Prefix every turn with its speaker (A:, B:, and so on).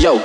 A: Yo.